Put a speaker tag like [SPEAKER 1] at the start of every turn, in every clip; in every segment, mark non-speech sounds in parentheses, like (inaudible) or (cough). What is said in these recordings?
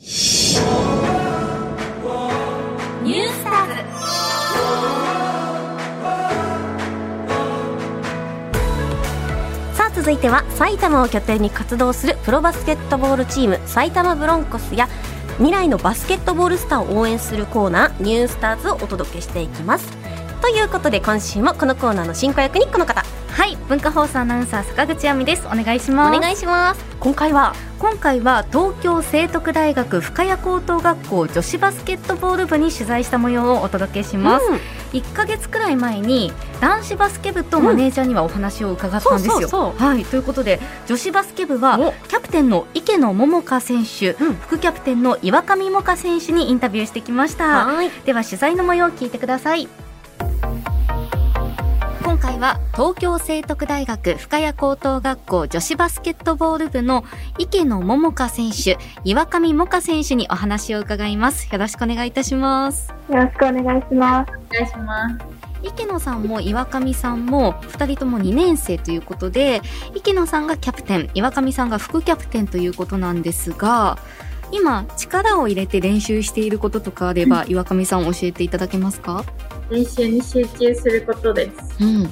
[SPEAKER 1] しニュースターズ
[SPEAKER 2] さあ続いては埼玉を拠点に活動するプロバスケットボールチーム埼玉ブロンコスや未来のバスケットボールスターを応援するコーナー「ニュースターズ」をお届けしていきます。ということで今週もこのコーナーの進行役にこの方
[SPEAKER 1] はい文化放送アナウンサー坂口亜美ですお願いし
[SPEAKER 2] お
[SPEAKER 1] ます
[SPEAKER 2] 願いします。今回は
[SPEAKER 1] 今回は東京聖徳大学深谷高等学校女子バスケットボール部に取材した模様をお届けします、
[SPEAKER 2] うん
[SPEAKER 1] 1か月くらい前に男子バスケ部とマネージャーにはお話を伺ったんですよ。
[SPEAKER 2] うんそうそう
[SPEAKER 1] はい、ということで女子バスケ部は
[SPEAKER 2] お
[SPEAKER 1] キャプテンの池野桃香選手、
[SPEAKER 2] うん
[SPEAKER 1] 副キャプテンの岩上桃香選手にインタビューしてきました。
[SPEAKER 2] はい
[SPEAKER 1] では取材の模様を聞いてください今回は東京聖徳大学深谷高等学校女子バスケットボール部の池野桃香選手岩上桃香選手にお話を伺いますよろしくお願いいたします
[SPEAKER 3] よろしくお願いします。
[SPEAKER 4] お願いします。
[SPEAKER 1] 池野さんも岩上さんも2人とも2年生ということで池野さんがキャプテン岩上さんが副キャプテンということなんですが今力を入れて練習していることとかあれば岩上さん教えていただけますか
[SPEAKER 4] 練習に集中することです。
[SPEAKER 1] うん、や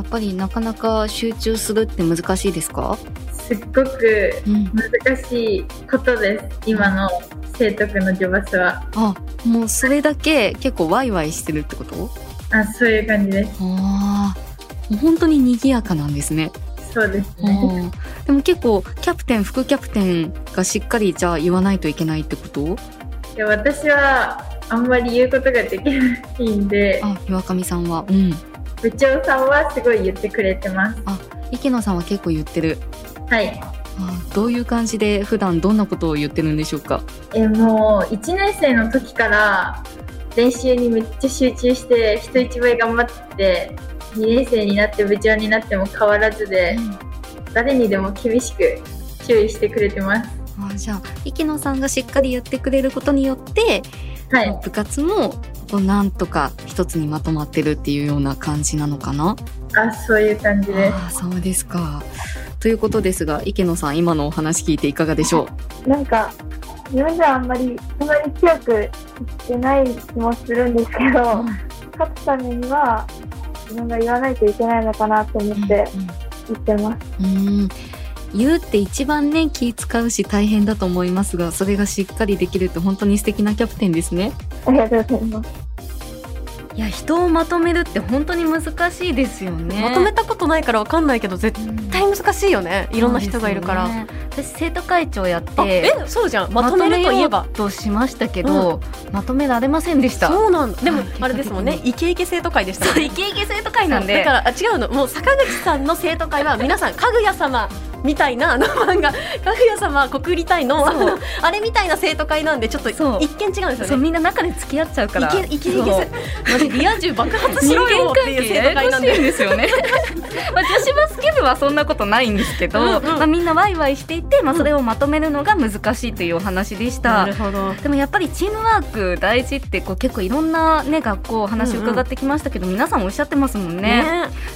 [SPEAKER 1] っぱりなかなか集中するって難しいですか、
[SPEAKER 4] すっごく
[SPEAKER 1] うん、
[SPEAKER 4] 難しいことです。今の生徳の女バスは。
[SPEAKER 1] あもうそれだけ結構ワイワイしてるってこと
[SPEAKER 4] あ、そういう感じです。
[SPEAKER 1] ああもう本当に賑やかなんですね
[SPEAKER 4] そうです
[SPEAKER 1] あ
[SPEAKER 4] ね。
[SPEAKER 1] ーでも結構キャプテン副キャプテンがしっかりじゃあ言わないといけないってこと
[SPEAKER 4] で私はあんまり言うことができないんで、
[SPEAKER 1] あ岩上さんはうん
[SPEAKER 4] 部長さんはすごい言ってくれてます。
[SPEAKER 1] 池野さんは結構言ってる
[SPEAKER 4] はい。
[SPEAKER 1] あーどういう感じで普段どんなことを言ってるんでしょうか
[SPEAKER 4] え、もう1年生の時から練習にめっちゃ集中して人一倍頑張って2年生になって部長になっても変わらずで、誰にでも厳しく注意してくれてます。
[SPEAKER 1] あーじゃあ池野さんがしっかりやってくれることによって
[SPEAKER 4] はい、
[SPEAKER 1] 部活もこうなんとか一つにまとまってるっていうような感じなのかな。
[SPEAKER 4] あ、そういう感じです。
[SPEAKER 1] ああそうですか。ということですが池野さん今のお話聞いていかがでしょ
[SPEAKER 3] なんか、自分ではあんまり、そんなに強く言ってない気もするんですけ
[SPEAKER 1] う。
[SPEAKER 3] ど、勝つためには、自分が言わないといけないのかなと思って言ってます。
[SPEAKER 1] うんうん言うって一番ね気使うし大変だと思いますがそれがしっかりできるって本当に素敵なキャプテンですね。
[SPEAKER 3] ありがとうございます。
[SPEAKER 1] いや人をまとめるって本当に難しいですよね
[SPEAKER 2] まとめたことないからわかんないけど絶対難しいよねいろんな人がいるから、
[SPEAKER 5] 私生徒会長やっ
[SPEAKER 2] あえ
[SPEAKER 5] て
[SPEAKER 2] そうじゃんまとめるといえば
[SPEAKER 5] まとめようとしましたけど、まとめられませんでした
[SPEAKER 2] そうなんだでも
[SPEAKER 5] はい
[SPEAKER 2] あれですもんね (laughs) イケイケ生徒会でしたもんね
[SPEAKER 5] イケイケ生徒会
[SPEAKER 2] だからあ違うのもう坂口さんの生徒会は皆さんかぐや様みたいなあの漫画かぐや様国立隊のあのあれみたいな生徒会なんでちょっと一
[SPEAKER 5] そう
[SPEAKER 2] 見違うんです
[SPEAKER 5] そ
[SPEAKER 2] よ
[SPEAKER 5] う
[SPEAKER 2] ね
[SPEAKER 5] みんな中で付き合っちゃうから
[SPEAKER 2] イケイケイケ
[SPEAKER 5] そうマジリア充爆発
[SPEAKER 2] し
[SPEAKER 5] し
[SPEAKER 2] ろ
[SPEAKER 5] ろ
[SPEAKER 2] よ
[SPEAKER 5] よ
[SPEAKER 2] っ
[SPEAKER 5] ってて
[SPEAKER 2] いう
[SPEAKER 5] いう
[SPEAKER 2] 生徒
[SPEAKER 5] 生
[SPEAKER 2] 会
[SPEAKER 5] 徒
[SPEAKER 2] なん
[SPEAKER 5] 会
[SPEAKER 2] で
[SPEAKER 5] なんですよね
[SPEAKER 2] (laughs)
[SPEAKER 5] まあ女子バスケ部はそんなことないんですけど、
[SPEAKER 2] うんうん
[SPEAKER 5] まあ、みんなワイワイしていて、まあ、それをまとめるのが難しいというお話でした、
[SPEAKER 2] ほど
[SPEAKER 5] でもやっぱりチームワーク大事ってこう結構いろんな、ね、学校お話を伺ってきましたけど、皆さんおっしゃってますもんね
[SPEAKER 2] ね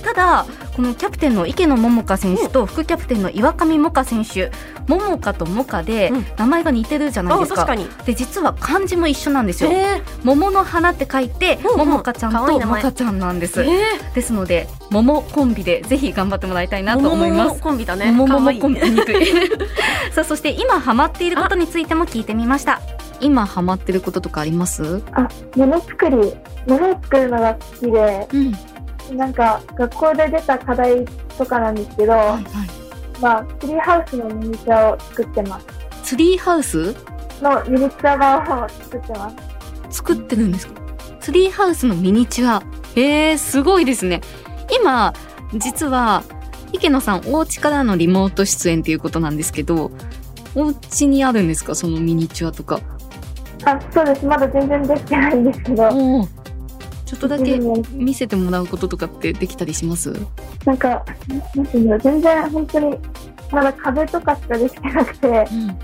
[SPEAKER 5] ただこのキャプテンの池野桃香選手と副キャプテンの岩上桃香選手桃香と桃香で
[SPEAKER 2] うん
[SPEAKER 5] 名前が似てるじゃない
[SPEAKER 2] あ
[SPEAKER 5] ですか,、
[SPEAKER 2] 確かに
[SPEAKER 5] で実は漢字も一緒なんですよ、
[SPEAKER 2] え
[SPEAKER 5] 桃の花って書いて
[SPEAKER 2] うんうん
[SPEAKER 5] 桃香ちゃん
[SPEAKER 2] 可愛い
[SPEAKER 5] と
[SPEAKER 2] 名前
[SPEAKER 5] 桃香ちゃんなんです、
[SPEAKER 2] ー、え
[SPEAKER 5] ですので桃コンビでぜひ頑張ってもらいたいな
[SPEAKER 2] ー、
[SPEAKER 5] と
[SPEAKER 2] もも
[SPEAKER 5] 思い
[SPEAKER 2] も
[SPEAKER 5] ます
[SPEAKER 2] コンビだね
[SPEAKER 5] 桃も
[SPEAKER 2] かわ
[SPEAKER 5] も
[SPEAKER 2] いい
[SPEAKER 5] コンビにくい (laughs) さあそして今ハマっていることについても聞いてみました今ハマってることとかあります
[SPEAKER 3] あ、もの作り。ものを作るのが好きで、
[SPEAKER 5] うん
[SPEAKER 3] なんか、学校で出た課題とかなんですけど、
[SPEAKER 5] はいはい
[SPEAKER 3] まあ、ツリーハウスのミニチュアを作ってます。
[SPEAKER 5] ツリーハウス
[SPEAKER 3] のミニチュア版を作ってます。
[SPEAKER 5] 作ってるんですかツリーハウスのミニチュアえー、すごいですね今実は池野さんお家からのリモート出演ということなんですけどお家にあるんですかそのミニチュアとか
[SPEAKER 3] あ、そうです。まだ全然できてないんですけど。
[SPEAKER 5] おーちょっとだけ
[SPEAKER 3] うん
[SPEAKER 5] 見せてもらうこととかってできたりします
[SPEAKER 3] なんか、なんていうんだろう、全然本当に、まだ壁とかしかできてなくて、
[SPEAKER 5] うん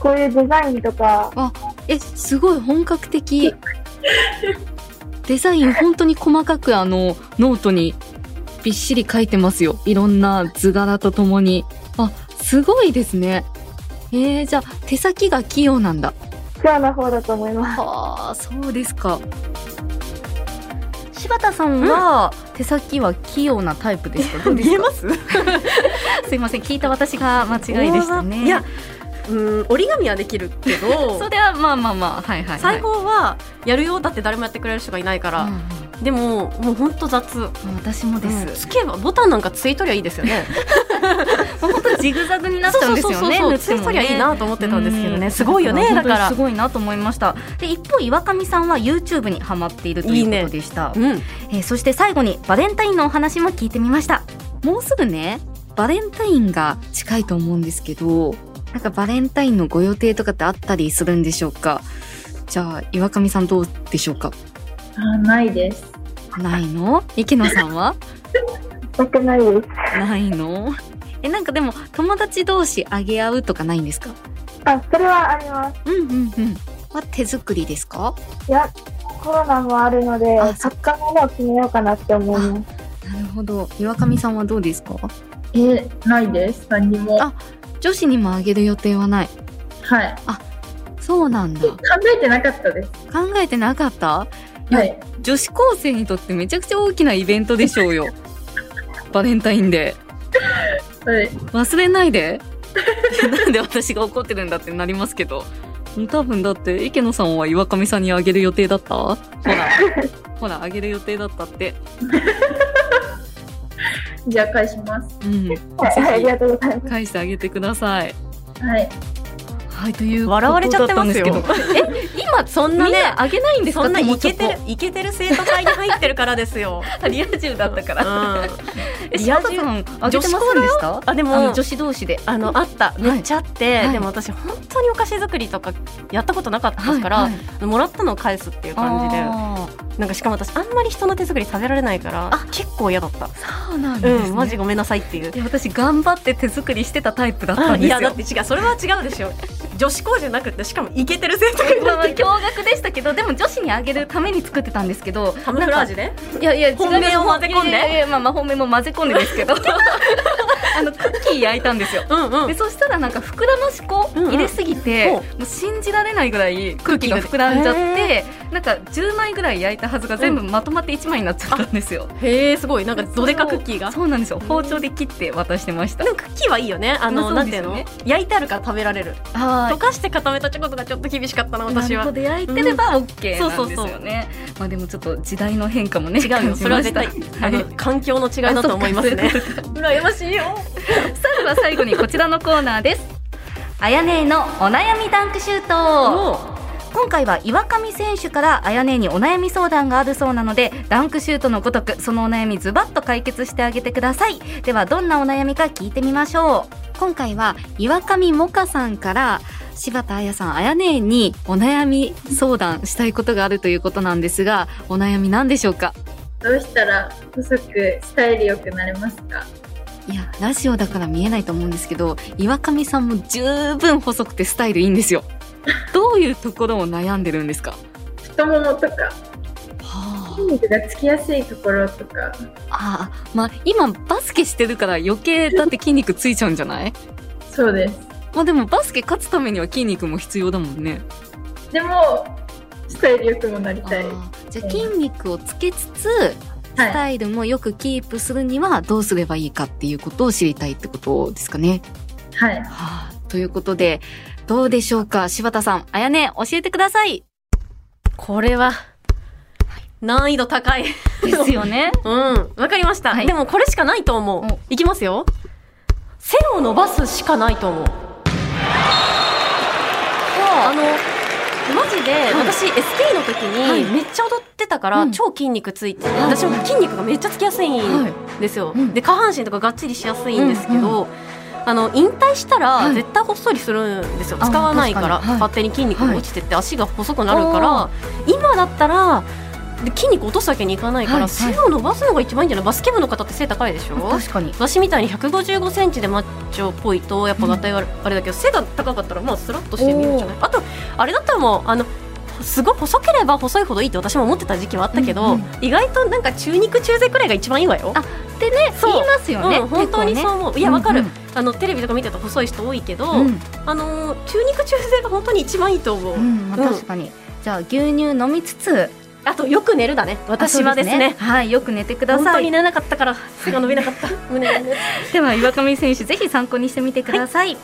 [SPEAKER 3] こういうデザインとか、
[SPEAKER 5] えすごい本格的 (laughs) デザイン本当に細かくあのノートにびっしり書いてますよいろんな図柄とともにあすごいですねえー、じゃあ手先が器用なんだ。
[SPEAKER 3] 今日の方だと思います。
[SPEAKER 5] はあ、そうですか。
[SPEAKER 1] 柴田さんは手先は器用なタイプですかどうですか
[SPEAKER 2] ます
[SPEAKER 5] すいません、聞いた私が間違いでしたね。
[SPEAKER 2] いや、うん、折り紙はできるけ (laughs) ど
[SPEAKER 5] それはまあまあまあ、はいはい、はい。
[SPEAKER 2] 裁縫はやるよだって誰もやってくれる人がいないから、
[SPEAKER 5] う
[SPEAKER 2] でももう本当雑
[SPEAKER 5] んうん私もです。
[SPEAKER 2] うんつけばボタンなんかついとりゃいいですよね
[SPEAKER 5] もう本当ジグザグになっちゃうんですよね。
[SPEAKER 2] ついとりゃいいなと思ってたんですけどね、
[SPEAKER 5] う
[SPEAKER 2] すごいよねだ
[SPEAKER 5] 本当
[SPEAKER 2] か
[SPEAKER 5] に
[SPEAKER 2] ら
[SPEAKER 5] すごいなと思いました。で一方岩上さんは YouTube にハマっているということでした。
[SPEAKER 2] うん
[SPEAKER 5] えーそして最後にバレンタインのお話も聞いてみました。もうすぐねバレンタインが近いと思うんですけど、なんかバレンタインのご予定とかってあったりするんでしょうか。じゃあ岩上さんどうでしょうか。
[SPEAKER 4] あないです
[SPEAKER 5] ないの？池野さんは？
[SPEAKER 3] 全くないです。
[SPEAKER 5] ないの？えなんかでも友達同士あげ合うとかないんですか？
[SPEAKER 3] あ、それはあります。
[SPEAKER 5] うんうんうん。は手作りですか？
[SPEAKER 3] いや、コロナもあるので
[SPEAKER 5] あ、そ
[SPEAKER 3] 作家のものを決めようかなって思います。
[SPEAKER 5] なるほど。岩上さんはどうですか？
[SPEAKER 4] えないです何にも
[SPEAKER 5] あ女子にもあげる予定はない。
[SPEAKER 4] はい
[SPEAKER 5] そうなんだ。
[SPEAKER 4] 考えてなかったです
[SPEAKER 5] 考えてなかった？
[SPEAKER 4] はい
[SPEAKER 5] 女子高生にとってめちゃくちゃ大きなイベントでしょう (laughs) よ。バレンタインで
[SPEAKER 4] はい
[SPEAKER 5] 忘れない (laughs) で。いやなんで私が怒ってるんだってなりますけど。多分だって池野さんは岩上さんにあげる予定だったほ (laughs) らほらあげる予定だったって
[SPEAKER 4] じゃあ返します
[SPEAKER 5] (laughs) うん
[SPEAKER 3] はい、ありがとうございます。
[SPEAKER 5] 返してあげてください
[SPEAKER 4] はい
[SPEAKER 5] はいという
[SPEAKER 2] 笑われちゃってますよ
[SPEAKER 5] ことだったんですけどえ今そんな
[SPEAKER 2] みん
[SPEAKER 5] ね
[SPEAKER 2] な
[SPEAKER 5] あげないんですか
[SPEAKER 2] そんな
[SPEAKER 5] 友
[SPEAKER 2] イ
[SPEAKER 5] チョ
[SPEAKER 2] ケ
[SPEAKER 5] コ
[SPEAKER 2] てるイケてる生徒会に入ってるからですよ、
[SPEAKER 5] リア充だったか
[SPEAKER 2] う
[SPEAKER 5] ら。
[SPEAKER 2] ん、
[SPEAKER 5] え、
[SPEAKER 2] リア
[SPEAKER 5] 柴
[SPEAKER 2] 充
[SPEAKER 5] 田さん、あげてませんでした
[SPEAKER 2] あで
[SPEAKER 5] あ
[SPEAKER 2] も
[SPEAKER 5] の女子同士で。
[SPEAKER 2] あのあっためっちゃあって、
[SPEAKER 5] はい
[SPEAKER 2] でも私本当にお菓子作りとかやったことなかったですから、
[SPEAKER 5] はいはい
[SPEAKER 2] もらったのを返すっていう感じで
[SPEAKER 5] あ
[SPEAKER 2] なんかしかも私あんまり人の手作り食べられないから結構嫌だった、
[SPEAKER 5] ーそうなんです、ね。
[SPEAKER 2] うんマジごめんなさいっていう
[SPEAKER 5] いや私頑張って手作りしてたタイプだった
[SPEAKER 2] あ
[SPEAKER 5] んで
[SPEAKER 2] い
[SPEAKER 5] すよ。
[SPEAKER 2] やだって違うそれは違うでしょ女子校じゃなくてしかもイケてる生徒会
[SPEAKER 5] (laughs) まあまあ驚愕でしたけど、でも女子にあげるために作ってたんですけど、
[SPEAKER 2] ハムフラージュね
[SPEAKER 5] いやいや違います
[SPEAKER 2] 本命を混ぜ込んで
[SPEAKER 5] いやいやいやまあまあ本命も混ぜ込んでですけ (laughs) ど、あのクッキー焼いたんですよ。
[SPEAKER 2] うんうん
[SPEAKER 5] でそしたらなんか膨らまし粉
[SPEAKER 2] うんうん
[SPEAKER 5] 入れすぎて、
[SPEAKER 2] ほ
[SPEAKER 5] もう信じられないぐらい空気が膨らんじゃってなんか10枚ぐらい焼いたはずが全部まとまって1枚になっちゃったんですよ、
[SPEAKER 2] へえすごいなんかどでかクッキーが
[SPEAKER 5] そうなんですよ包丁で切って渡してました
[SPEAKER 2] でもクッキーはいいよねあ
[SPEAKER 5] まあ
[SPEAKER 2] の、な
[SPEAKER 5] そうん
[SPEAKER 2] て
[SPEAKER 5] です
[SPEAKER 2] いう
[SPEAKER 5] よ
[SPEAKER 2] の、
[SPEAKER 5] ね
[SPEAKER 2] 焼いてあるから食べられる
[SPEAKER 5] は
[SPEAKER 2] 溶かして固めたチョコとかちょっと厳しかったな私
[SPEAKER 5] なるほ
[SPEAKER 2] は
[SPEAKER 5] ど焼いてれば OK
[SPEAKER 2] そう
[SPEAKER 5] な
[SPEAKER 2] そ
[SPEAKER 5] ん
[SPEAKER 2] う
[SPEAKER 5] です
[SPEAKER 2] そう
[SPEAKER 5] よね、まあでもちょっと時代の変化もね
[SPEAKER 2] (laughs) 違うよそれは絶対、あの環境の違いだと思いますね (laughs) 羨まし (laughs) いよ
[SPEAKER 5] (laughs) 最後は最後にこちらのコーナーですあやねえのお悩みダンクシュート今回は岩上選手からあやねえにお悩み相談があるそうなのでダンクシュートのごとくそのお悩みズバッと解決してあげてくださいではどんなお悩みか聞いてみましょう今回は岩上もかさんから柴田彩さんあやねえにお悩み相談したいことがあるということなんですがお悩み何でしょうか
[SPEAKER 4] どうしたら細くスタイル良くなれますか
[SPEAKER 5] いやラジオだから見えないと思うんですけど岩上さんも十分細くてスタイルいいんですよ (laughs) どういうところを悩んでるんですか、
[SPEAKER 4] 太ももとか
[SPEAKER 5] は
[SPEAKER 4] 筋肉がつきやすいところとか
[SPEAKER 5] ああまあ今バスケしてるから余計だって筋肉ついちゃうんじゃない
[SPEAKER 4] そうです
[SPEAKER 5] まあでもバスケ勝つためには筋肉も必要だもんね
[SPEAKER 4] でもスタイル良くもなり
[SPEAKER 5] あ
[SPEAKER 4] たいは
[SPEAKER 5] あじゃあ筋肉をつけつつス
[SPEAKER 4] い
[SPEAKER 5] タイルもよくキープするにはどうすればいいかっていうことを知りたいってことですかね、
[SPEAKER 4] はい
[SPEAKER 5] はあ、ということでどうでしょうか柴田さんあやね教えてください
[SPEAKER 2] これは難易度高い
[SPEAKER 5] ですよね
[SPEAKER 2] うんわかりました、
[SPEAKER 5] はい
[SPEAKER 2] でもこれしかないと思う
[SPEAKER 5] お
[SPEAKER 2] いきますよ背を伸ばすしかないと思うあのマジで、私 SK の時
[SPEAKER 5] はい
[SPEAKER 2] にめっちゃ踊ってたから、
[SPEAKER 5] うん
[SPEAKER 2] 超筋肉ついて、
[SPEAKER 5] はい
[SPEAKER 2] 私も筋肉がめっちゃつきやす
[SPEAKER 5] (laughs)
[SPEAKER 2] い
[SPEAKER 5] はい
[SPEAKER 2] んですよ、
[SPEAKER 5] うん
[SPEAKER 2] で下半身とかがっちりしやすいんですけど、あの引退した
[SPEAKER 5] は
[SPEAKER 2] ら
[SPEAKER 5] い
[SPEAKER 2] 絶対ほっそりするんですよ、
[SPEAKER 5] あ
[SPEAKER 2] 使わないから
[SPEAKER 5] 確かにはい
[SPEAKER 2] 勝手に筋肉が落ちてって足が細くなるから、今だったらで筋肉落とすわけにいかないから、
[SPEAKER 5] はいはい
[SPEAKER 2] 背を伸ばすのが一番いいんじゃないバスケ部の方って背高いでしょ
[SPEAKER 5] 確かに
[SPEAKER 2] 私みたいに1 5 5センチでマッチョっぽいとやっぱがたいはあれだけど、背が高かったらまあスラッとして見えるじゃないあとあれだったらもうあのすごい細ければ細いほどいいって私も思ってた時期はあったけど、
[SPEAKER 5] うんうん
[SPEAKER 2] 意外となんか中肉中背くらいが一番いいわよ
[SPEAKER 5] あ。でね
[SPEAKER 2] そう
[SPEAKER 5] 言いますよね、
[SPEAKER 2] うん、本当に
[SPEAKER 5] 結
[SPEAKER 2] そう
[SPEAKER 5] 構ね
[SPEAKER 2] 思う、いやわかる、
[SPEAKER 5] うんうん
[SPEAKER 2] あのテレビとか見てると細い人多いけど、
[SPEAKER 5] うん
[SPEAKER 2] あのー中肉中背が本当に一番いいと思う、
[SPEAKER 5] うんまあ
[SPEAKER 2] うん
[SPEAKER 5] 確かに、じゃあ牛乳飲みつつ
[SPEAKER 2] あとよく寝るだね私はですね
[SPEAKER 5] あそうはいよく寝てくだ
[SPEAKER 2] 本
[SPEAKER 5] さ
[SPEAKER 2] 当
[SPEAKER 5] い
[SPEAKER 2] に寝なかったから (laughs) 背が伸びなかった胸がね
[SPEAKER 5] では岩上選手ぜひ参考にしてみてください、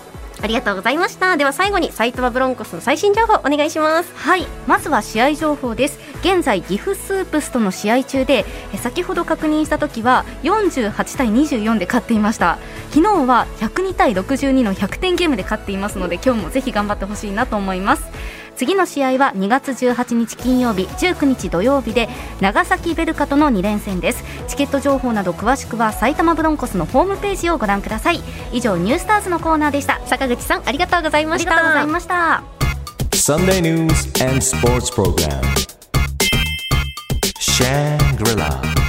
[SPEAKER 2] ありがとうございましたでは最後に埼玉ブロンコスの最新情報お願いします
[SPEAKER 5] はい、まずは試合情報です。現在、岐阜スープスとの試合中で、え先ほど確認した時は48対24で勝っていました。昨日は102対62の100点ゲームで勝っていますので、今日もぜひ頑張ってほしいなと思います。次の試合は2月18日金曜日、19日土曜日で、長崎ベルカとの2連戦です。チケット情報など詳しくは埼玉ブロンコスのホームページをご覧ください。以上、ニュースターズのコーナーでした。
[SPEAKER 2] 坂口さんありがとうござい
[SPEAKER 5] あ
[SPEAKER 2] ま
[SPEAKER 5] り
[SPEAKER 2] し
[SPEAKER 5] がとうござい
[SPEAKER 2] た
[SPEAKER 5] ました。
[SPEAKER 6] Sunday news and sports program. Shangri-La.